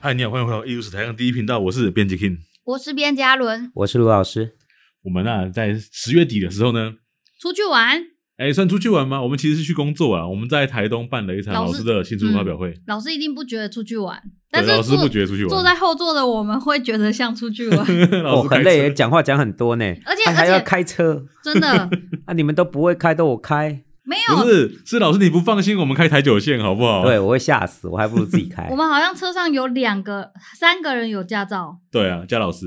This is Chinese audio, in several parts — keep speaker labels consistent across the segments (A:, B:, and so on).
A: 嗨，你好，欢迎回到艺术史台上第一频道，我是编辑 King。
B: 我是边嘉伦，
C: 我是卢老师，
A: 我们啊，在十月底的时候呢，
B: 出去玩，
A: 哎，算出去玩吗？我们其实是去工作啊。我们在台东办了一场
B: 老
A: 老
B: 师
A: 师的新书发表会，
B: 老师一定不觉得出去玩，但
A: 对，
B: 是
A: 老师
B: 坐
A: 不觉得出去玩，
B: 坐在后座的我们会觉得像出去玩，
A: 老师
C: 我哦很
A: 开
C: 累，
A: 车，
C: 讲话讲很多呢，
B: 而且
C: 啊还
B: 而
C: 要
B: 且
C: 开车，
B: 真的
C: 啊，你们都不会开，都我开，
B: 没
A: 不
B: 有，
A: 是是老师你不放心我们开台九线好不好？
C: 对我会吓死，我还不如自己开
B: 我，们好像车上有两个、三个人有驾照，
A: 对啊，加老师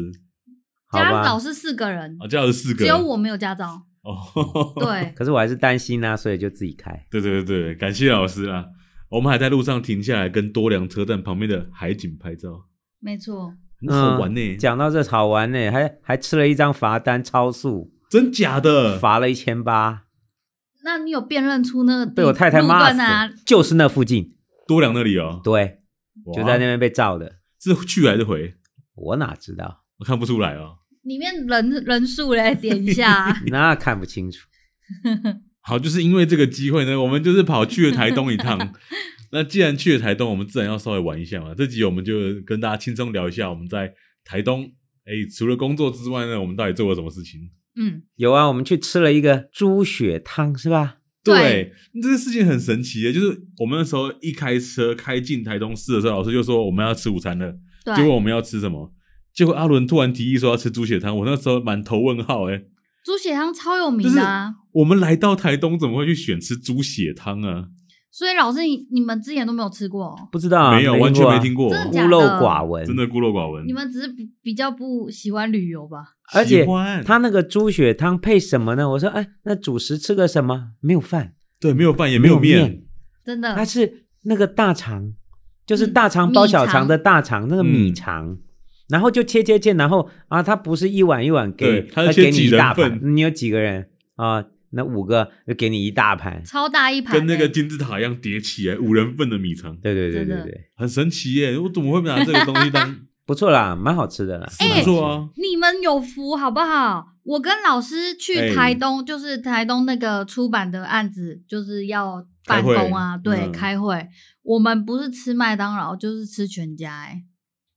C: 好
B: 加老
C: 吧？
B: 师四个人，
A: 啊，加老师四个，
B: 只有我没有驾 照。
A: 哦，
B: 对，
C: 可是我还是担心啊，所以就自己开。
A: 对对对对，感谢老师啊。我们还在路上停下来，跟多良车站旁边的海景拍照，
B: 没错，
A: 很
C: 嗯
A: 好玩呢、
C: 讲到这好玩呢，还还吃了一张罚单，超速，
A: 真假的？
C: 罚了一千八，
B: 那你有辨认出那个
C: 被我太太
B: 路
C: 骂
B: 段
C: 死
B: 啊？，
C: 就是那附近，
A: 多良那里哦，
C: 对，
A: 哇
C: 就在那边被照的，
A: 是去还是回？
C: 我哪知道？
A: 我看不出来哦。
B: 里面人人数嘞，点一 下啊
C: 那看不清楚，
A: 好，就是因为这个机会呢，我们就是跑去了台东一趟。那既然去了台东，我们自然要稍微玩一下嘛。这集我们就跟大家轻松聊一下我们在台东，哎，除了工作之外呢，我们到底做了什么事情？
B: 嗯，
C: 有啊，我们去吃了一个猪血汤，是吧？
A: 对，这个事情很神奇的，就是我们那时候一开车开进台东市的时候，老师就说我们要吃午餐了，
B: 对
A: 结，果我们要吃什么？结果阿伦突然提议说要吃猪血汤，我那时候满头问号哎、
B: 猪血汤超有名的啊，
A: 我们来到台东怎么会去选吃猪血汤啊？
B: 所以老师你你们之前都没有吃过哦，
C: 不知道、啊，
A: 没有，完全没听
C: 过
A: 过，
B: 真的假
C: 啊，孤陋寡闻，
A: 真的孤陋寡闻
B: 你。们只是比比较不喜欢旅游吧？
C: 而且
A: 喜欢
C: 他那个猪血汤配什么呢？我说，哎，那主食吃个什么？没有饭，
A: 对没有饭也
C: 也
A: 没有
C: 面，
A: 面，
B: 真的，
C: 它是那个大肠，就是
B: 嗯
C: 大肠包小肠的大肠，那个米
A: 嗯
C: 肠。然后就切切切，然后啊，它不是一碗一碗给，
A: 对它是
C: 它
A: 切
C: 给你
A: 几
C: 一
A: 人
C: 大盘，
A: 份
C: 你有几个人啊？那五个就给你一大盘，
B: 超大一盘欸，
A: 跟那个金字塔一样叠起来，五人份的米肠，
C: 对对对
B: 真
C: 对
B: 的
C: 对，
A: 很神奇耶！我怎么会拿这个东西当？
C: 不错啦，蛮好吃的啦，
B: 哎
A: 是不错啊，
B: 你们有福好不好？我跟老师
A: 哎
B: 去台东，就是台东那个出版的案子，就是要办公啊，
A: 开会
B: 对，
A: 嗯
B: 开会。我们不是吃麦当劳，就是吃全家、欸，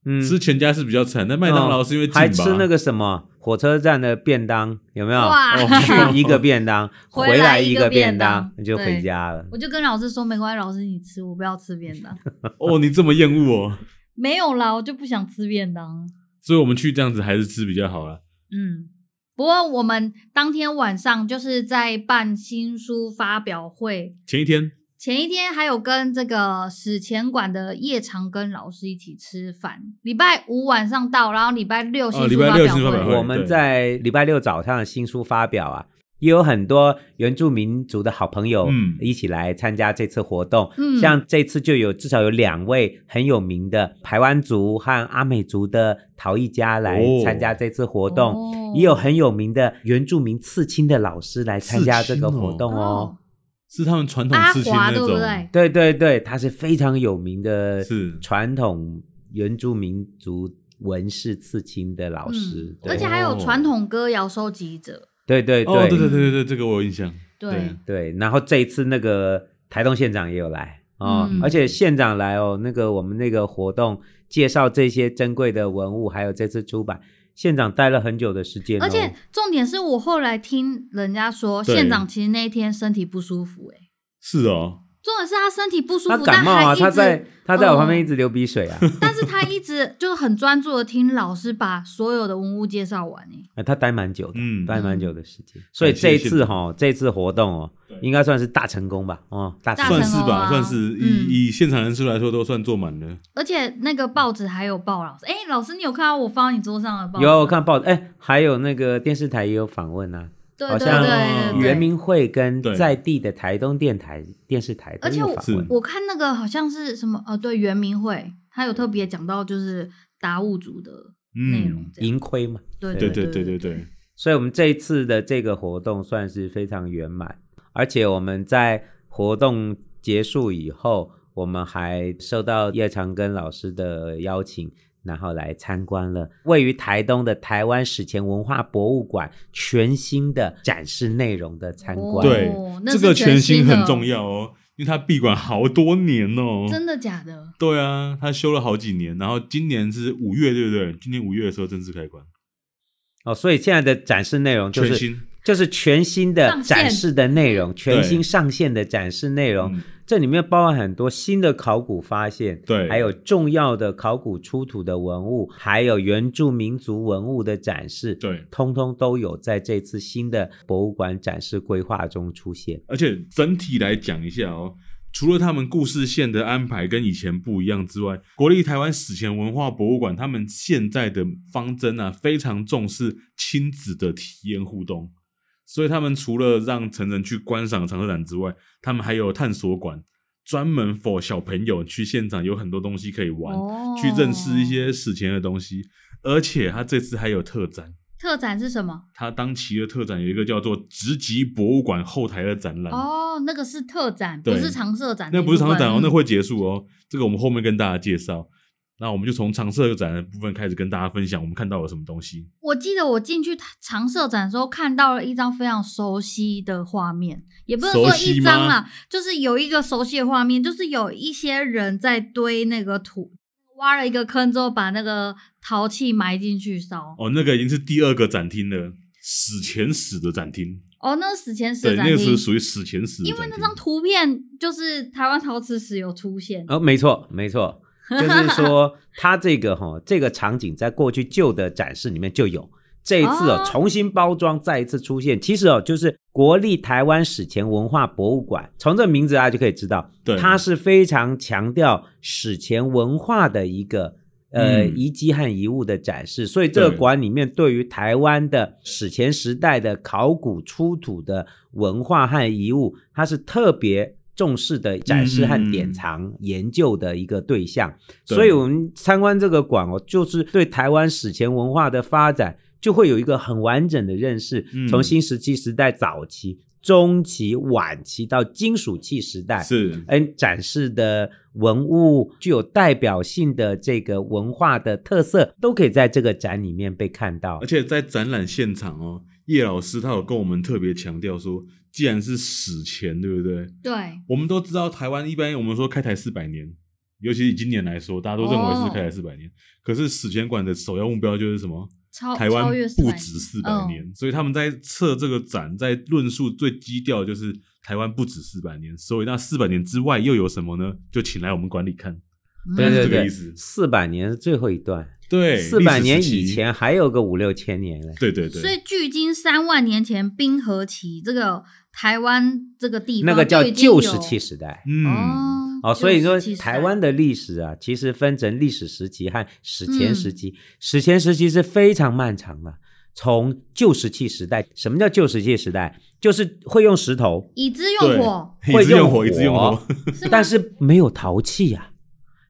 C: 嗯，
A: 吃全家是比较惨，但麦当劳是因为近吧，
C: 还吃那个什么火车站的便当，有没有？
B: 哇
C: 去一个便当，
B: 回
C: 回
B: 来
C: 来
B: 一
C: 一
B: 个
C: 个
B: 便
C: 便
B: 当
C: 当，你就回家了。
B: 我就跟老师说没关系，老师你吃，我不要吃便 当。
A: 哦，你这么厌恶哦，
B: 没有啦，我就不想吃便当。
A: 所以我们去这样子还是吃比较好啦。
B: 嗯，不过我们当天晚上就是在办新书发表会。
A: 前一天，
B: 前一天还有跟这个史前馆的叶长庚老师一起吃饭，礼拜五晚上到，然后礼拜六新
A: 哦礼
B: 书
A: 拜
B: 发
A: 六
B: 表
A: 新书发表
B: 会
A: 会，
C: 嗯我们在礼拜六早上的新书发表啊，也有很多原住民族的好朋友
A: 嗯
C: 一起来参加这次活动。
B: 嗯
C: 像这次就有至少有两位很有名的台湾族和阿美族的陶艺家来
A: 哦
C: 参加这次活动，
B: 哦
C: 也有很有名的原住民刺青的老师来参加这个活动哦
B: 哦，
A: 是他们传统
B: 阿
A: 刺青那
B: 华对
A: 种，
B: 不对？
C: 对对对，他是非常有名的，
A: 是
C: 传统原住民族纹饰刺青的老师，
B: 嗯而
C: 对
B: 且还有传统歌谣收集者，
C: 对对
A: 哦，对对
C: 对
A: 对对对，这个我有印象。
B: 对，
C: 对然后这一次那个台东县长也有来哦，
B: 嗯
C: 而且县长来哦，那个我们那个活动介绍这些珍贵的文物，还有这次出版，县长待了很久的时间、哦，
B: 而且重点是我后来听人家说，
A: 对
B: 县长其实那一天身体不舒服、欸，哎，
A: 是哦，
B: 重点是他身体不舒
C: 他
B: 服，
C: 感冒
B: 但他
C: 啊，他
B: 一
C: 在
B: 直，
C: 他在我旁
B: 嗯
C: 边一直流鼻水啊，
B: 但是他一直就是很专注的听老师把所有的文物介绍完、欸，
C: 啊他待蛮久的，
A: 嗯
C: 待蛮久的时间，所以这一次哈、哦，这次活动哦
A: 对，
C: 应该算是大成功吧，哦，大成
B: 大
C: 功
A: 算是吧，
B: 成功啊
A: 算是
B: 嗯
A: 以以现场人数来说，都算坐满了。
B: 而且那个报纸还有报老师，哎、老师你有看到我放你桌上的报纸？
C: 有我，看报纸，哎，还有那个电视台也有访问啊，
B: 对
C: 好
B: 对
A: 嗯
C: 像
B: 对对
C: 原
B: 对。
C: 明会跟
A: 对
C: 在地的台东电台电视台都
B: 而且
C: 有
B: 我
C: 访问，
B: 我看那个好像是什么呃，对圆明会，他有特别讲到就是达悟族的内容
A: 嗯，，
B: 这样、
C: 盈亏嘛，
B: 对
A: 对
B: 对
A: 对对对对，
C: 所以我们这一次的这个活动算是非常圆满，而且我们在活动结束以后，我们还受到叶长庚老师的邀请。然后来参观了位于台东的台湾史前文化博物馆全新的展示内容的参观，
A: 对
B: 哦那
A: 这
B: 是
A: 个全
B: 全新
A: 新很
B: 的
A: 重要哦。因为他闭馆好多年哦。
B: 真的假的？
A: 对啊，他修了好几年，然后今年是五月，对不对？今年五月的时候正式开馆，
C: 哦，所以现在的展示内容就
A: 全
C: 是
A: 新。
C: 就是全新的
B: 上线
C: 展示的内容，全新
A: 对
C: 上线的展示内容，
A: 嗯
C: 这里面包含很多新的考古发现，
A: 对
C: 还有重要的考古出土的文物，还有原住民族文物的展示，
A: 对，
C: 通通都有在这次新的博物馆展示规划中出现。
A: 而且整体来讲一下哦，除了他们故事线的安排跟以前不一样之外，国立台湾史前文化博物馆他们现在的方针啊，非常重视亲子的体验互动，所以他们除了让成人去观赏长设展之外，他们还有探索馆。专门 for 小朋友去现场有很多东西可以玩，
B: 哦
A: 去认识一些史前的东西，而且他这次还有特展，
B: 特展是什么？
A: 他当期的特展有一个叫做“直击博物馆”后台的展览，
B: 哦，那个是特展，不
A: 嗯对
B: 是常设展的
A: 那
B: 一部
A: 不是
B: 分。
A: 长设展哦，那
B: 嗯
A: 会结束哦。这个我们后面跟大家介绍。那我们就从长设展的部分开始跟大家分享我们看到了什么东西。
B: 我记得我进去常设展的时候，看到了一张非常熟悉的画面，也不能说
A: 熟悉
B: 一张
A: 吗
B: 啦，就是有一个熟悉的画面，就是有一些人在堆那个土，挖了一个坑之后，把那个陶器埋进去烧。
A: 哦，那个已经是第二个展厅了，史前史的展厅。
B: 哦，那个史前史
A: 对，
B: 的展
A: 那个
B: 厅
A: 是，属于史前史的
B: 因为
A: 展
B: 那
A: 厅。
B: 张图片就是台湾陶瓷史有出现。
A: 嗯
C: 哦，没错，没错，就是说它这个哈、这个场景在过去旧的展示里面就有。这一次哦
B: 哦，
C: 重新包装，再一次出现。其实哦，就是国立台湾史前文化博物馆，从这名字大家就可以知道，
A: 对
C: 它是非常强调史前文化的一个呃、
A: 嗯
C: 遗迹和遗物的展示。所以这个
A: 对
C: 馆里面对于台湾的史前时代的考古出土的文化和遗物，它是特别重视的展示和典
A: 嗯
C: 藏研究的一个对象。
A: 对
C: 所以我们参观这个馆哦，就是对台湾史前文化的发展就会有一个很完整的认识，
A: 嗯
C: 从新石器时代早期、中期、晚期到金属器时代。
A: 是
C: 嗯，展示的文物具有代表性的这个文化的特色，都可以在这个展里面被看到
A: 而。且在展览现场哦，叶老师他有跟我们特别强调说，既然是史前，对不对？
B: 对，
A: 我们都知道台湾一般我们说开台四百年，尤其以今年来说，大家都认为
B: 哦
A: 是开台四百年。可是史前馆的首要目标就是什么？
B: 超
A: 台湾
B: 超越
A: 不
B: 400
A: 止四百
B: 嗯
A: 年，所以他们在测这个展，在论述最基调就是台湾不止四百年，所以那四百年之外又有什么呢？就请来我们馆里看。
B: 嗯
C: 对
A: 是
C: 对
A: 这个
C: 对
A: 意思，
C: 四百年是最后一段，
A: 对，
C: 四百年
A: 历史时
C: 以
A: 期，
C: 前还有个五六千年嘞。
A: 对对对，
B: 所以距今三万年前冰河期，这个台湾这个地方
C: 那个叫
B: 就已经有
C: 旧石器时代。
A: 嗯，
B: 哦
C: 哦，所以说
B: 旧石器时代
C: 台湾的历史啊，其实分成历史时期和史前
B: 嗯
C: 时期。史前时期是非常漫长的，从旧石器时代。什么叫旧石器时代？就是会用石头，
B: 以之用 火，
A: 对一直用火，
C: 会用火
A: 一直用火，
B: 是吗
C: 但是没有陶器呀、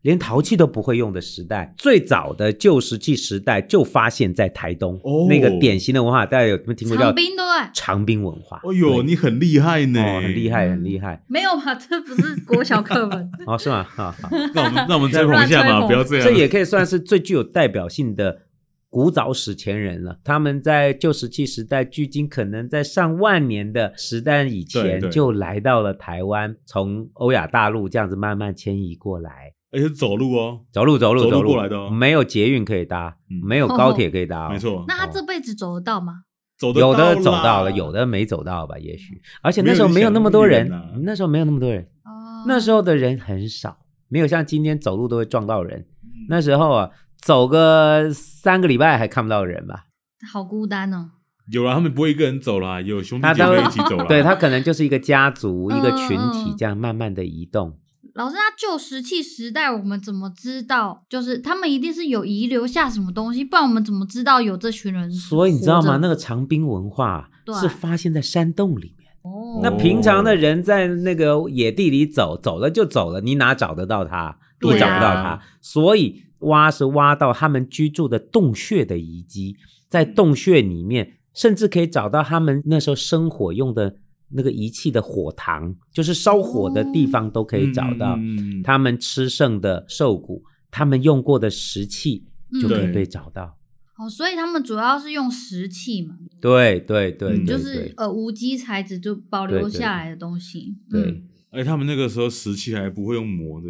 C: 连陶器都不会用的时代。最早的旧石器时代就发现在台东，
A: 哦
C: 那个典型的文化，大家有没有听过叫
B: 长兵对不对？
C: 长滨文化？
A: 哦呦，
C: 对
A: 你很厉害呢，
C: 哦，很厉
B: 嗯
C: 害，很厉害。
B: 没有吧？这不是国小课 本。
C: 哦，是吗？哈、哈。
A: 那我们那我们吹捧一下
B: 乱吹
A: 嘛，
B: 捧
A: 不要这样，
C: 这也可以算是最具有代表性的古早史前 人了。他们在旧石器时代，距今可能在上万年的时代以
A: 对
C: 前
A: 对
C: 就来到了台湾，从欧亚大陆这样子慢慢迁移过来。
A: 而且是走路哦，
C: 走路，走路，
A: 走路
C: 走路
A: 过来的哦
C: 没有捷运可以搭，
A: 嗯
C: 没有高铁可以搭哦、
A: 没错，
B: 那他这辈子走得到吗？
A: 走得
C: 有的
A: 啦
C: 走到了，有的没走到吧，也许。而且那
A: 没有
C: 时候
A: 你
C: 没有
A: 想
C: 那
A: 那
C: 么
A: 么
C: 多
A: 远
C: 人
A: 啊，
C: 那时候没有那么多人，
B: 哦，
C: 那时候的人很少，没有像今天走路都会撞到人。
A: 嗯
C: 那时候啊，走个三个礼拜还看不到人吧？
B: 好孤单哦。
A: 有啦，他们不会一个人走啦，有兄弟
C: 他
A: 姐
C: 他
A: 妹
C: 会
A: 一起走啦，
C: 对他可能就是一个家族、
B: 嗯
C: 一个群体
B: 嗯
C: 这样慢慢的移动。
B: 老师，那旧石器时代，我们怎么知道？就是他们一定是有遗留下什么东西，不然我们怎么知道有这群嗯人活着？
C: 所以你知道吗？那个长滨文化啊
B: 对
C: 是发现在山洞里面。
B: 哦，
C: 那平常的人在那个野地里走，走了就走了，你哪找得到他？你
B: 对
C: 找
B: 啊
C: 不到他。所以挖是挖到他们居住的洞穴的遗迹，在洞穴里面，甚至可以找到他们那时候生火用的那个仪器的火塘，就是烧火的地方都可以找到。
A: 哦嗯嗯嗯嗯
C: 他们吃剩的兽骨，他们用过的石器
B: 嗯
C: 就可以
A: 对
C: 被找到。
B: 哦，所以他们主要是用石器嘛，
C: 对对对
A: 嗯
B: 就
C: 对对
B: 是呃无机材质就保
C: 对
B: 留
C: 对
B: 下来的东西。
C: 对
B: 嗯
A: 哎，他们那个时候石器还不会用磨的，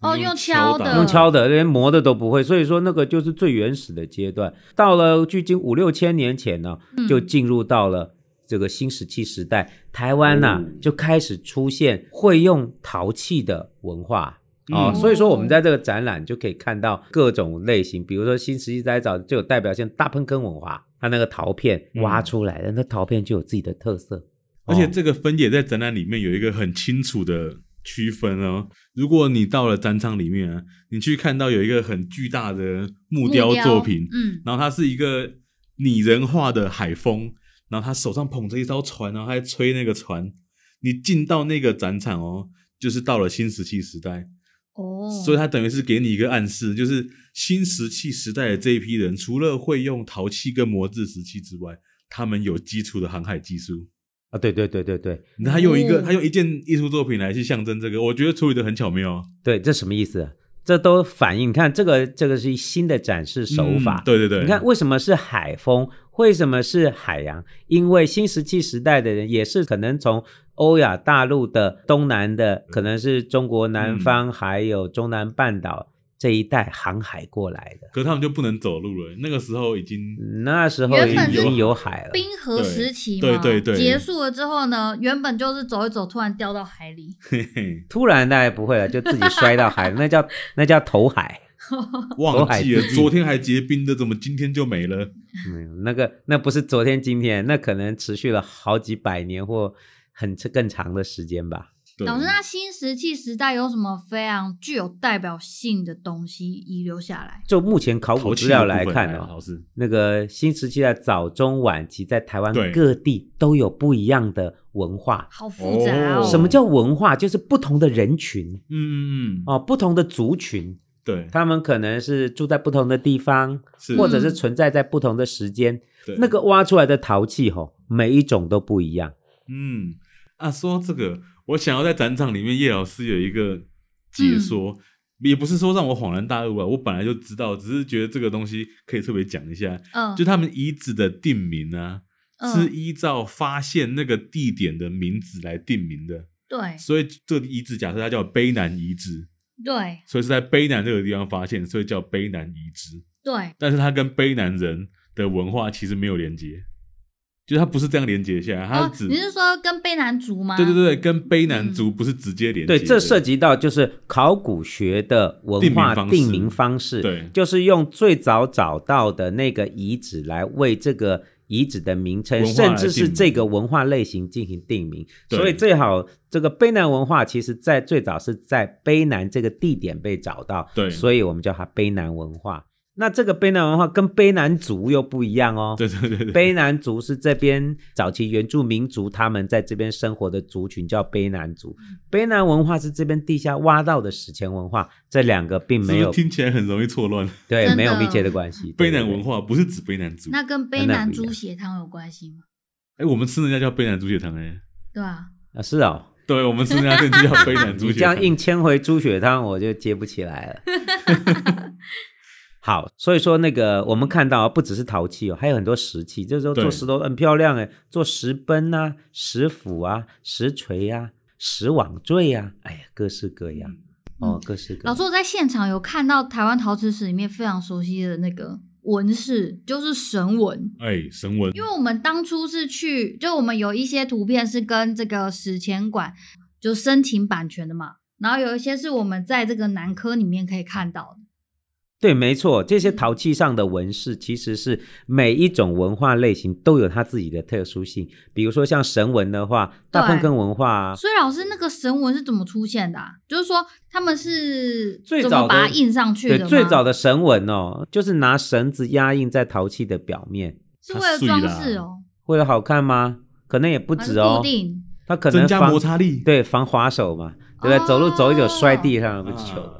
B: 哦用敲的
A: 打
C: 用
B: 嗯
C: 敲的，连磨的都不会，所以说那个就是最原始的阶段。到了距今五六千年前呢、
B: 嗯
C: 就进入到了这个新石器时代，台湾呐、
A: 哦
C: 就开始出现会用陶器的文化。哦，
A: 嗯
C: 所以说我们在这个展览就可以看到各种类型，比如说新石器时代早就有代表性大喷坑文化，它那个陶片挖出来的、那陶片就有自己的特色，
A: 而且
C: 哦
A: 这个分野在展览里面有一个很清楚的区分哦。如果你到了展场里面、啊，你去看到有一个很巨大的木雕作品，
B: 嗯，
A: 然后它是一个拟人化的海风，然后他手上捧着一艘船，然后他在吹那个船。你进到那个展场哦，就是到了新石器时代，
B: 哦，
A: 所以它等于是给你一个暗示，就是新石器时代的这一批人，除了会用陶器跟磨制石器之外，他们有基础的航海技术。
C: 啊，对对对对对
A: 他用一个，
C: 嗯
B: 哦
A: 他用一件艺术作品来去象征这个，我觉得处理的很巧妙，哦
C: 对，这什么意思啊？这都反映，你看这个这个是新的展示手法，
A: 嗯对对对，
C: 你看，为什么是海风？为什么是海洋？因为新石器时代的人也是可能从欧亚大陆的东南
A: 嗯
C: 的，可能是中国南方，还有中南半岛这一带航海过来的。
A: 可是他们就不能走路了，那个时候已经，
C: 那时候已
B: 原本就
C: 经有海了，
B: 冰河时期嘛，
A: 对对对对
B: 结束了之后呢，原本就是走一走，突然掉到海里，
A: 嘿嘿，
C: 突然大概不会了，就自己摔到海，那叫那叫投海。
A: 忘记
C: 投海
A: 了
C: 之，际
A: 昨天还结冰的，怎么今天就没了？
C: 没有，嗯那个那不是昨天今天，那可能持续了好几百年或很更长的时间吧。
A: 对，
B: 老师，那新石器时代有什么非常具有代表性的东西遗留下来？
C: 就目前考古
A: 陶器
C: 资
A: 的
C: 料来
A: 部分哎
C: 看
A: 还
C: 哦，
A: 好是
C: 那个新石器的早、中、晚期，在台湾
A: 对
C: 各地都有不一样的文化。
B: 好复杂哦，
A: 哦
C: 什么叫文化？就是不同的人群
A: 嗯嗯嗯，
C: 哦，不同的族群，
A: 对，
C: 他们可能是住在不同的地方，
A: 是
C: 或者是存在在不同的时间。
A: 对
C: 那个挖出来的陶器，吼，每一种都不一样。
A: 嗯啊，说到这个，我想要在展场里面，叶老师有一个
B: 嗯
A: 解说，也不是说让我恍然大悟啊，我本来就知道，只是觉得这个东西可以特别讲一下，
B: 嗯，
A: 就他们遗址的定名啊。
B: 嗯
A: 是依照发现那个地点的名字来定名的，
B: 对
A: 所以这个遗址假设它叫卑南遗址，
B: 对
A: 所以是在卑南这个地方发现，所以叫卑南遗址。
B: 对，
A: 但是它跟卑南人的文化其实没有连接，就是它不是这样连接下来，它
B: 哦，
A: 是指、
B: 你是说跟卑南族吗？
A: 对对对，跟卑南族不是直接连接
C: 对，
A: 的、
C: 这涉及到就是考古学的文化
A: 定名方式
C: 定名方式，
A: 对
C: 就是用最早找到的那个遗址来为这个遗址的名称，
A: 文化来
C: 甚
A: 定名
C: 至是这个文化类型进行定名。
A: 对
C: 所以最好这个卑南文化，其实在最早是在卑南这个地点被找到，
A: 对
C: 所以我们叫它卑南文化。那这个卑南文化跟卑南族又不一样哦，
A: 对对对对，
C: 卑南族是这边早期原住民族他们在这边生活的族群，叫卑南族。
A: 嗯
C: 卑南文化是这边地下挖到的史前文化，这两个并
A: 是不
C: 没
A: 是
C: 有
A: 听啊起来很容易错乱。
C: 对
B: 真的
C: 没有密切的关系。
A: 卑
C: 对
A: 南文，化不是指卑南族，
B: 那跟
C: 那
B: 卑
C: 不
B: 南
C: 一样
B: 猪血汤有关系吗？
A: 哎，我们吃人家叫卑南猪血汤哎、
B: 对吧？
C: 对对啊是哦，
A: 对，我们吃人家这就叫卑南猪
C: 你
A: 血
C: 这样
A: 汤。
C: 硬牵回猪血汤，我就接不起来了。 好，所以说那个我们看到啊不只是陶器哦，还有很多石器，就是说
A: 对
C: 做石头很漂亮哎，做石崩啊、石斧啊、石锤啊、石网坠啊，哎呀，各式各样。哦，各式各
B: 嗯老
C: 样
B: 师，。我在现场有看到台湾陶瓷史里面非常熟悉的那个纹饰，就是神纹。
A: 哎，神文，
B: 因为我们当初是去，就我们有一些图片是跟这个史前馆就申请版权的嘛，然后有一些是我们在这个南科里面可以看到的。
C: 对，没错，这些陶器上的纹饰其实是每一种文化类型都有它自己的特殊性。比如说像神纹的话，大
B: 对
C: 粪坑文化啊，
B: 所以老师，那个神纹是怎么出现的、啊？就是说他们是
C: 最
B: 怎么
C: 早的
B: 把它印上去
C: 对，
B: 吗？
C: 最早的绳纹哦，就是拿绳子压印在陶器的表面，
B: 是为了装饰哦，
C: 为了好看吗？可能也不
B: 还是
C: 止哦
B: 固，定
C: 它可能
A: 增加
C: 防
A: 摩擦力。
C: 对防滑手嘛，对不对？
B: 哦
C: 走路走一走摔地上不是糗
A: 哦
C: 了。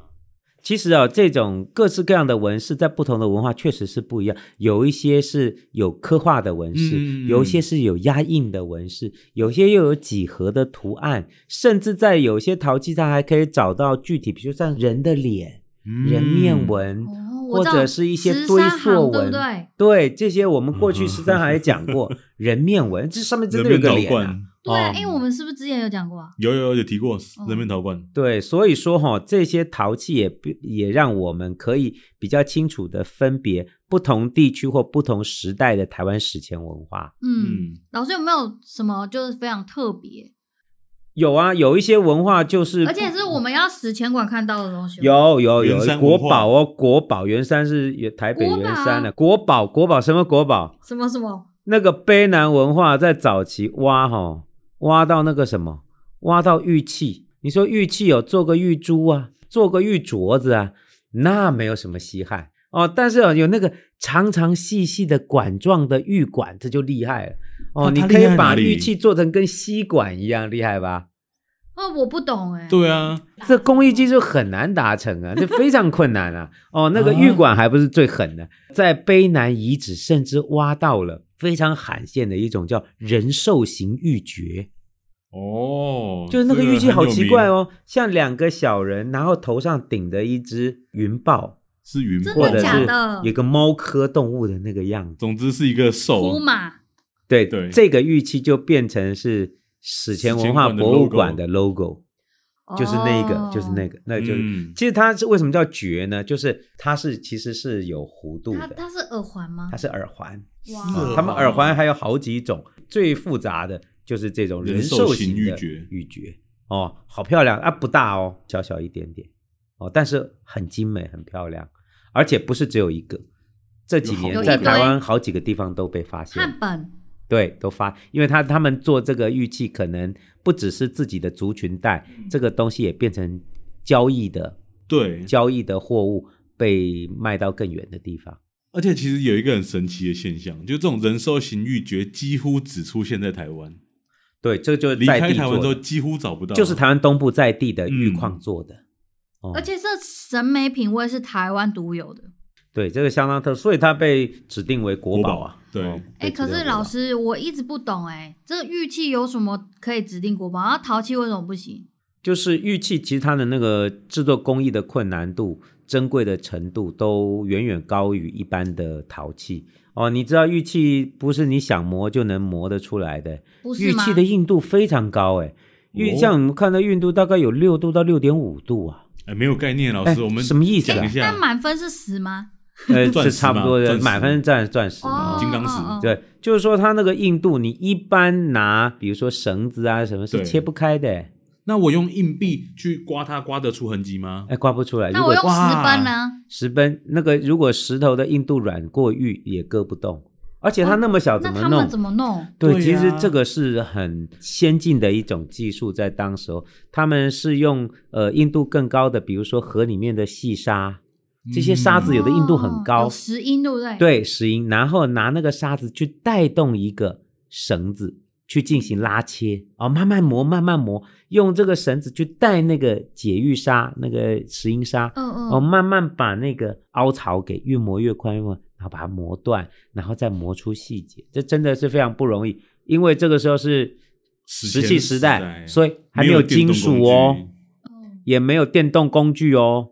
C: 其实哦，这种各式各样的纹饰在不同的文化确实是不一样，有一些是有刻画的纹饰，
A: 嗯
C: 有一些是有压印的纹饰，有些又有几何的图案，甚至在有些陶器上还可以找到具体，比如像人的脸、
A: 嗯
C: 人面纹。
B: 哦，我
C: 嗯或
B: 知道
C: 者是一些
B: 十
C: 堆
B: 三行
C: 塑
B: 对
C: 纹，
B: 不对？
C: 对这些我们过去十三行也讲过，人面纹，这上面真的有
A: 人面
C: 个
A: 倒
C: 脸啊
A: 灌，
B: 对啊，
C: 哦
B: 哎、我们是不是之前有讲过啊？
A: 有有有有提过人面陶罐，
C: 对，所以说哈、这些陶器也不也让我们可以比较清楚的分别不同地区或不同时代的台湾史前文化。
B: 嗯，
A: 嗯，
B: 老师有没有什么就是非常特别，
C: 有啊，有一些文化就是，
B: 而且是我们要史前馆看到的东西？，
C: 有有有
A: 圆山
C: 国
A: 文化
C: 宝哦，国宝圆山是也台北
B: 国
C: 圆
B: 宝
C: 山的国宝，国宝什么国宝？
B: 什么什么？
C: 那个卑南文化在早期挖哈、挖到那个什么，挖到玉器。你说玉器有做个玉珠啊，做个玉镯子啊，那没有什么稀罕哦。但是哦，有那个长长细细的管状的玉管，这就厉害了哦。
A: 它
C: 你
A: 它
C: 可
A: 厉
C: 以
A: 害
C: 把
A: 哪里
C: 玉器做成跟吸管一样厉害吧？
B: 哦，我不懂哎、
A: 对啊，
C: 这工艺技术很难达成啊，这非常困难啊。哦，那个
A: 啊
C: 玉管还不是最狠的，在卑南遗址甚至挖到了非常罕见的一种叫人兽形玉珏，
A: 哦，
C: 就是那个玉器
A: 这
C: 好
A: 很有
C: 奇怪
A: 名，
C: 哦，像两个小人，然后头上顶着一只云豹，
A: 是云
B: 真
A: 豹
C: 或
B: 的
C: 者
B: 假
C: 是
B: 的？
C: 有个猫科动物的那个样子。
A: 总之是一个
B: 胡
C: 哦
A: 兽，
B: 马
C: 对，
A: 对
C: 这个玉器就变成是史前文
A: 史
C: 化
A: 前馆的
C: 博物
A: logo
C: 馆的 logo，就是那个，就是那
B: 个。
C: 个，那就是。
A: 嗯
C: 其实它是为什么叫绝呢？就是它是其实是有弧度
B: 它
C: 的，
B: 它是耳环吗
C: 它？是耳环。
A: 哦
C: 他们耳环还有好几种，最复杂的就是这种
A: 人兽
C: 兽
A: 形
C: 形
A: 玉
C: 的
A: 珏
C: 玉珏哦，好漂亮啊！不大哦，小小一点点哦，但是很精美，很漂亮，而且不是只有一个。这几
A: 有
C: 年
A: 好
C: 在
A: 多
C: 台
B: 个
C: 湾好几个地方都被发现，
B: 汉本
C: 对，都发，因为他他们做这个玉器，可能不只是自己的族群带，
B: 嗯
C: 这个东西也变成交易的
A: 对，
C: 交易的货物被卖到更远的地方。
A: 而且其实有一个很神奇的现象，就这种人兽形玉珏几乎只出现在台湾，
C: 对，这就是
A: 离
C: 在
A: 开
C: 地
A: 台湾
C: 做
A: 之后
C: 的，
A: 几乎找不到，
C: 就是台湾东部在地的玉矿
A: 嗯
C: 做的。哦
B: 而且这审美品味是台湾独有的。
C: 对，这个相当特殊，所以它被指定为国
A: 国
C: 宝
A: 宝
C: 啊。
A: 对
C: 哦
B: 哎、可是老，师，我一直不懂哎、这个玉器有什么可以指定国宝？然后陶器为什么不行？
C: 就是玉器，其实它的那个制作工艺的困难度、珍贵的程度，都远远高于一般的陶器。哦，你知道玉器不是你想磨就能磨得出来的，
B: 不是
C: 玉
B: 吗？哎
C: 器的硬度非常高，哎，玉
A: 哦
C: 像我们看到硬度大概有六度到六点五度啊，
A: 哎，没有概念，老
C: 哎
A: 师，我们
C: 什么意思啊
A: 讲一
B: 那
A: 下，
B: 满分是十吗？
C: 呃，
A: 钻
C: 是
A: 石
C: 差不
A: 嘛
C: 多的，
A: 钻石
C: 满分占钻石
B: 哦，
C: 嘛。
A: 金刚石
B: 哦哦
C: 对，就是说它那个硬度，你一般拿比如说绳子啊什么是
A: 对
C: 切不开的，哎
A: 那我用硬币去刮它，刮得出痕迹吗？
C: 哎，刮不出来。如
B: 那我
C: 果
B: 用石
A: 哇
B: 分呢？
C: 石崩那个，如果石头的硬度软过玉也割不动，而且它那么小
B: 哦那
C: 怎么
B: 他
C: 弄
B: 们？怎么弄？
C: 对，
A: 对
C: 其实
A: 呀
C: 这个是很先进的一种技术，在当时候，他们是用呃硬度更高的，比如说河里面的细沙，这些沙子有的硬度很
B: 哦
C: 高，
B: 有石英对不对？，
C: 对石英，然后拿那个沙子去带动一个绳子去进行拉切，哦，慢慢磨，慢慢磨，用这个绳子去带那个解玉沙，那个石英沙，
B: 嗯嗯。
C: 哦，慢慢把那个凹槽给越磨越宽，越磨然后把它磨断，然后再磨出细节，这真的是非常不容容易，因为这个时候是
A: 史
C: 石
A: 前
C: 器时
A: 时
C: 代，
A: 代
C: 所以还
A: 没
C: 没
A: 有
C: 有
A: 电
C: 金
A: 动
C: 属
A: 工
C: 哦，
A: 具
B: 嗯
C: 也没有电动工具哦，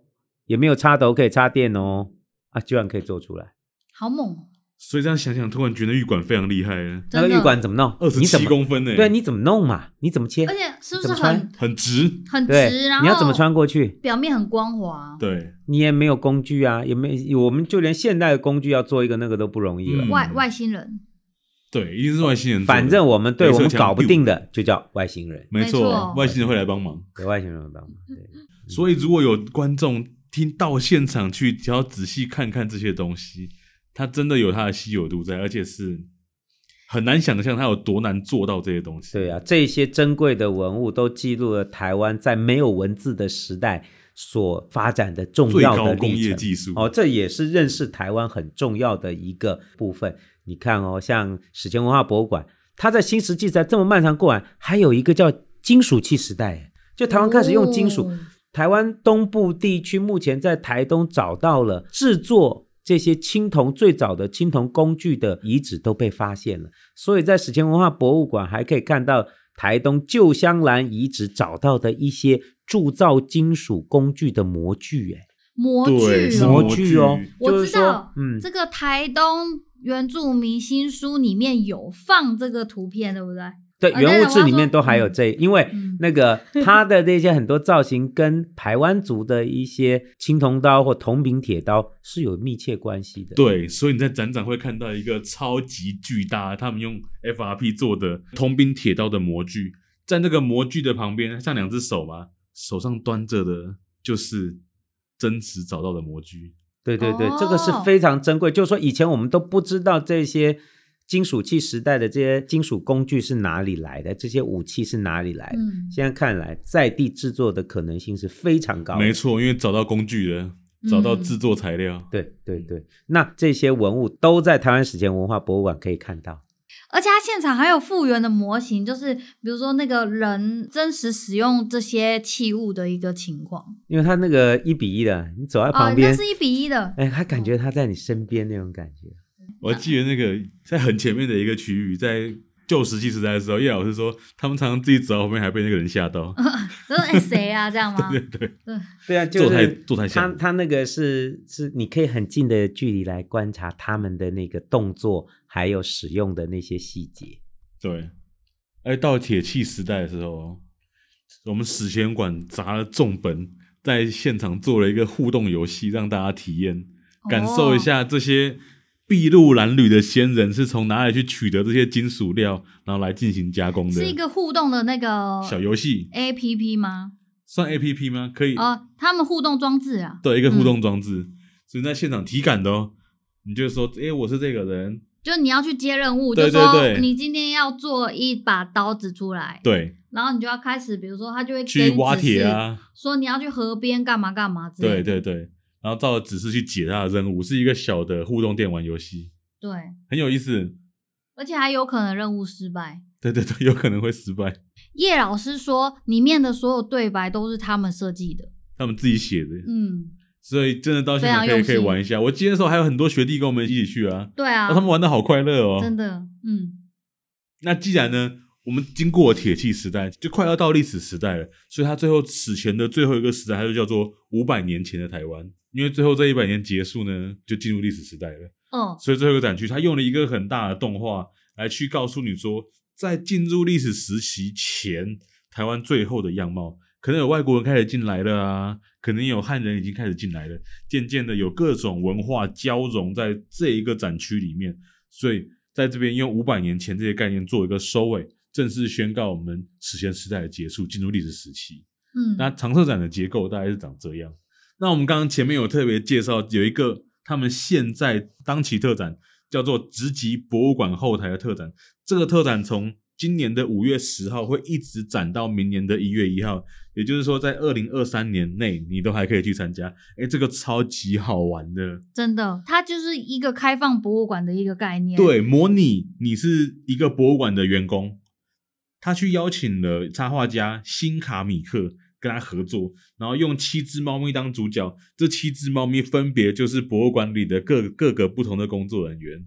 C: 也没有插头可以插电哦，啊，居然可以做出来，
B: 好猛哦，
A: 所以这样想想，突然觉得玉管非常厉害了，
C: 那
B: 真
C: 个
B: 的。
C: 玉管，怎么弄？
A: 二十
C: 你怎
A: 七
C: 么
A: 公分呢、
C: 对，你怎么弄嘛？你怎么切
B: 而？且是不
C: 怎
B: 是
C: 么穿
B: 很
A: 很直，
B: 很
C: 对
B: 直？然，后
C: 你要怎么穿过去？
B: 表面很光滑。
A: 对，
C: 你也没有工具啊，也没，我们就连现代的工具要做一个那个都不容易了。
A: 嗯
B: 外外星人，
A: 对，一定是外星人做的。
C: 反正我们对
A: 镭射
C: 我们
A: 枪
C: 搞不
A: ，biu
C: 定的就叫外星人，
A: 没
B: 没
A: 错
B: 错，
A: 外星人会来帮忙。
C: 有外星人帮忙。对，
A: 所以如果有观众听到现场去，只要仔细看看这些东西，它真的有它的稀有度在，而且是很难想象它有多难做到这些东西。
C: 对啊，这些珍贵的文物都记录了台湾在没有文字的时代所发展的重
A: 最
C: 要的
A: 高工
C: 历
A: 业
C: 程。
A: 技术
C: 哦，这也是认识台湾很重要的一个部分。你看哦，像史前文化博物馆，它在新石器时代这么漫长过完，还有一个叫金属器时代，就台湾开始用金属。
B: 哦
C: 台湾东部地区目前在台东找到了制作这些青铜最早的青铜工具的遗址都被发现了，所以在史前文化博物馆还可以看到台东旧香兰遗址找到的一些铸造金属工具的模具，哎，
B: 模
A: 对
B: 具
A: 是
B: 哦
A: 模，
C: 具哦，
B: 我
C: 就是
B: 知道
C: 说，嗯，
B: 这个台东原住民新书里面有放这个图片，对不对？
C: 对，
B: 啊
C: 原物志
B: 对我
C: 里
B: 要
C: 面
B: 说
C: 都还有这，因为
B: 嗯
C: 那个它的那些很多造型跟台湾族的一些青铜刀或铜柄铁刀是有密切关系的。，
A: 对，所以你在展展会看到一个超级巨大，他们用 FRP 做的铜柄铁刀的模具，在那个模具的旁边，像两只手嘛，手上端着的就是真实找到的模具。
C: 对对对
B: 哦，
C: 这个是非常珍贵。就是说，以前我们都不知道这些金属器时代的这些金属工具是哪里来的，这些武器是哪里来的。
B: 嗯，
C: 现在看来，在地制作的可能性是非常高的。
A: 没错，因为找到工具了，找到制作材料。
C: 对对对，那这些文物都在台湾史前文化博物馆可以看到。
B: 而且它现场还有复原的模型，就是比如说那个人真实使用这些器物的一个情况。
C: 因为它那个一比一的，你走在
B: 哦
C: 旁，边，
B: 那是一哦比一 的，
C: 哎，他感觉他在你身边那种感觉。
A: 我记得那个在很前面的一个区域，在旧石器时代的时候，叶老师说他们常常自己走到后面还被那个人吓到，
B: 就是哎谁啊这样 吗？
A: 对对，
C: 对啊，
A: 坐太坐太
C: 他
A: 像了。
C: 他那个是是，你可以很近的距离来观察他们的那个动作，还有使用的那些细节。
A: 对，哎，到铁器时代的时候，我们史前馆砸了重本，在现场做了一个互动游戏，让大家体验，
B: 哦
A: 感受一下这些筚路蓝缕的先人是从哪里去取得这些金属料，然后来进行加工的
B: 哦是一个互动的那个
A: 小游戏，
B: A P P 吗？
A: 算 A P P 吗？可以，
B: 哦，他们互动装置啊，
A: 对，一个互动装置，所以在现场体感的哦。你就说，哎、我是这个人，
B: 就你要去接任务，
A: 对
B: 就说
A: 对对
B: 你今天要做一把刀子出来，
A: 对，
B: 然后你就要开始，比如说他就会给
A: 去
B: 你
A: 挖
B: 指示
A: 铁，啊，
B: 说你要去河边干嘛干嘛之类
A: 对对
B: 的。
A: 对，然后照着指示去解他的任务，是一个小的互动电玩游戏，
B: 对，
A: 很有意思。
B: 而且还有可能任务失败。
A: 对对对，有可能会失败，
B: 叶老师说，里面的所有对白都是他们设计的。
A: 他们自己写的，
B: 嗯，
A: 所以真的到现场
B: 非常
A: 可以
B: 用
A: 可
B: 心
A: 以玩一下。我今天的时候还有很多学弟跟我们一起去啊，
B: 对啊，
A: 哦、他们玩的好快乐哦。
B: 真的，嗯，
A: 那既然呢，我们经过铁器时代，就快要到历史时代了，所以它最后史前的最后一个时代，它就叫做五百年前的台湾。因为最后这一百年结束呢，就进入历史时代了。
B: 哦，
A: 所以最后一个展区，它用了一个很大的动画来去告诉你说，在进入历史时期前，台湾最后的样貌，可能有外国人开始进来了啊，可能有汉人已经开始进来了，渐渐的有各种文化交融在这一个展区里面，所以在这边用五百年前这些概念做一个收尾，正式宣告我们史前时代的结束，进入历史时期。
B: 嗯，
A: 那长寿展的结构大概是长这样。那我们刚刚前面有特别介绍，有一个他们现在当期特展叫做直击博物馆后台的特展，这个特展从今年的五月十号会一直展到明年的一月一号，也就是说在二零二三年内你都还可以去参加。哎，这个超级好玩的，
B: 真的，它就是一个开放博物馆的一个概念。，
A: 对，模拟你是一个博物馆的员工，他去邀请了插画家辛卡米克跟他合作，然后用七只猫咪当主角，这七只猫咪分别就是博物馆里的各各个不同的工作人员，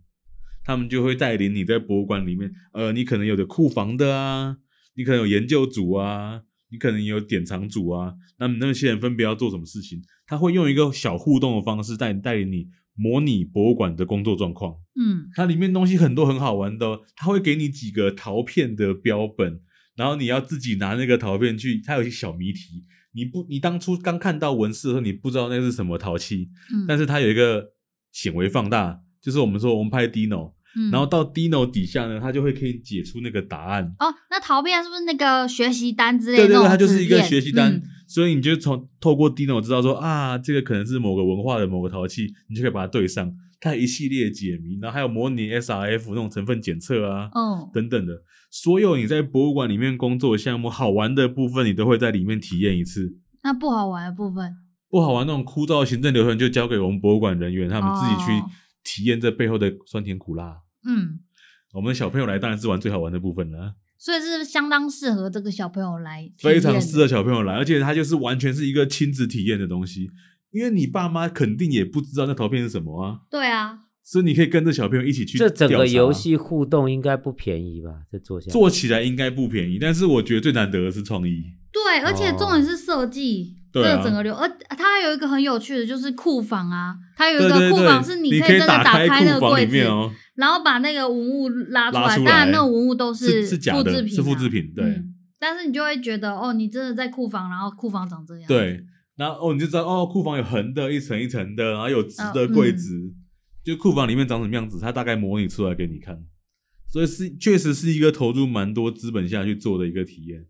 A: 他们就会带领你在博物馆里面，呃，你可能有的库房的啊，你可能有研究组啊。你可能有典藏组啊，那么那些人分别要做什么事情？他会用一个小互动的方式带带领你模拟博物馆的工作状况。
B: 嗯，
A: 它里面东西很多很好玩的、哦，它会给你几个陶片的标本，然后你要自己拿那个陶片去，它有一些小谜题。你不，你当初刚看到文字的时候，你不知道那是什么陶器，
B: 嗯
A: 但是它有一个显微放大，就是我们说我们拍 Dino，、
B: 嗯
A: 然后到 Dino 底下呢，它就会可以解出那个答案。
B: 哦，那陶片是不是那个学习单之类
A: 对
B: 的
A: 对
B: 那
A: 对，
B: 种
A: 它就是
B: 纸
A: 一个
B: 片
A: 学习单，
B: 嗯
A: 所以你就从透过 Dino 知道说啊，这个可能是某个文化的某个陶器，你就可以把它对上。它有一系列解谜，然后还有模拟 SRF 那种成分检测啊，
B: 哦，
A: 等等的，所有你在博物馆里面工作的项目，好玩的部分你都会在里面体验一次。
B: 那不好玩的部分，
A: 不好玩那种枯燥的行政流程，就交给我们博物馆人员他们自己去
B: 哦
A: 体验这背后的酸甜苦辣。
B: 嗯，
A: 我们小朋友来当然是玩最好玩的部分了，
B: 所以是相当适合这个小朋友来体验
A: 非
B: 的，
A: 常适合小朋友来，而且它就是完全是一个亲子体验的东西，因为你爸妈肯定也不知道那陶片是什么啊，
B: 对啊，
A: 所以你可以跟着小朋友一起去
C: 这整
A: 调
C: 个
A: 查
C: 游戏互动应该不便宜吧？这做下来
A: 做起来应该不便宜，但是我觉得最难得的是创意。
B: 对，而且
C: 哦
B: 重点是设计，
A: 对啊
B: 这整个流，而它还有一个很有趣的，就是库房啊，它有一
A: 对对
B: 个库房
A: 对，
B: 是
A: 你
B: 可以真的
A: 打
B: 打开那个
A: 库房
B: 柜
A: 里
B: 子
A: 面，哦，
B: 然后把那个文物拉出
A: 拉
B: 来，
A: 出
B: 当
A: 来
B: 然那个文物都
A: 是是假
B: 复
A: 的
B: 制品啊，
A: 是复制品对
B: 嗯但是你就会觉得，哦，你真的在库房，然后库房长这样，
A: 对，然后哦你就知道哦库房有横的一层一层的，然后有直的
B: 哦嗯
A: 柜子，就库房里面长什么样子，它大概模拟出来给你看，所以是确实是一个投入蛮多资本下去做的一个体验。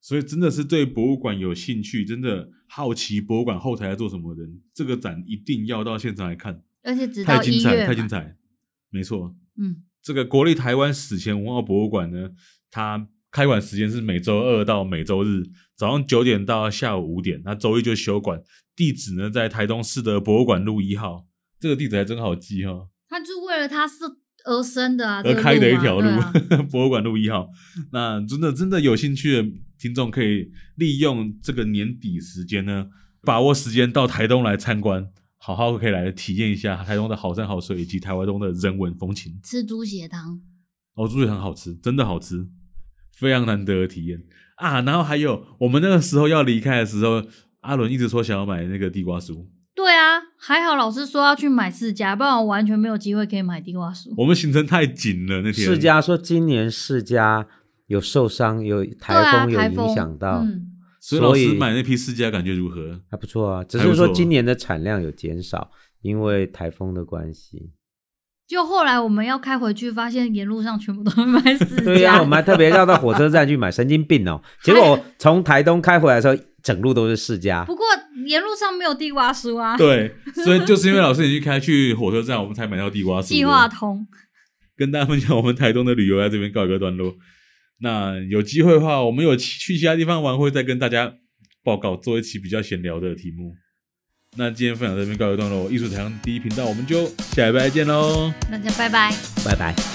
A: 所以真的是对博物馆有兴趣，真的好奇博物馆后台在做什么的人，这个展一定要到现场来看。
B: 而且直
A: 太
B: 到一
A: 精彩，
B: 月
A: 太
B: 嘛，
A: 精彩，没错。
B: 嗯，
A: 这个国立台湾史前文化博物馆呢，它开馆时间是每周二到每周日早上九点到下午五点，那周一就休馆。地址呢在台东市的博物馆路一号，这个地址还真好记哈、哦，
B: 它就是为了它是而生的啊，
A: 而
B: 这个
A: 呃开的一
B: 路啊
A: 条路，
B: 对啊
A: 博物馆路一号。那真的真的有兴趣的听众可以利用这个年底时间呢，把握时间到台东来参观。好好可以来体验一下台东的好山好水以及台湾东的人文风情。
B: 吃猪血汤，
A: 哦，猪血很好吃，真的好吃，非常难得的体验啊！然后还有，我们那个时候要离开的时候，阿伦一直说想要买那个地瓜酥，
B: 对啊，还好老师说要去买世家，不然我完全没有机会可以买地瓜酥。
A: 我们行程太紧了那天。
C: 世家说今年世家有受伤，有
B: 对啊，
C: 台风有
B: 台
C: 影响到，
B: 嗯，
A: 所以老
C: 所
A: 师
C: 以
A: 买那批世家感觉如何？
C: 还不错啊。只
A: 还不
C: 是
A: 错
C: 说今年的产量有减少，因为台风的关系。
B: 就后来我们要开回去，发现沿路上全部都 是卖世家，
C: 对呀、我们还特别绕到火车站去买，神 经病哦！结果从台东开回来的时候，整路都是世家。
B: 不过沿路上没有地瓜酥啊，
A: 对，所以就是因为老师你去开去火车站，我们才买到地瓜酥。
B: 计划通，
A: 跟大家分享我们台东的旅游在这边告一个段落。那有机会的话，我们有去去其他地方玩，会再跟大家报告，做一期比较闲聊的题目。那今天分享到这边告一个段落，艺术台上第一频道，我们就下礼拜再见喽。
B: 大家拜拜。
C: 拜拜。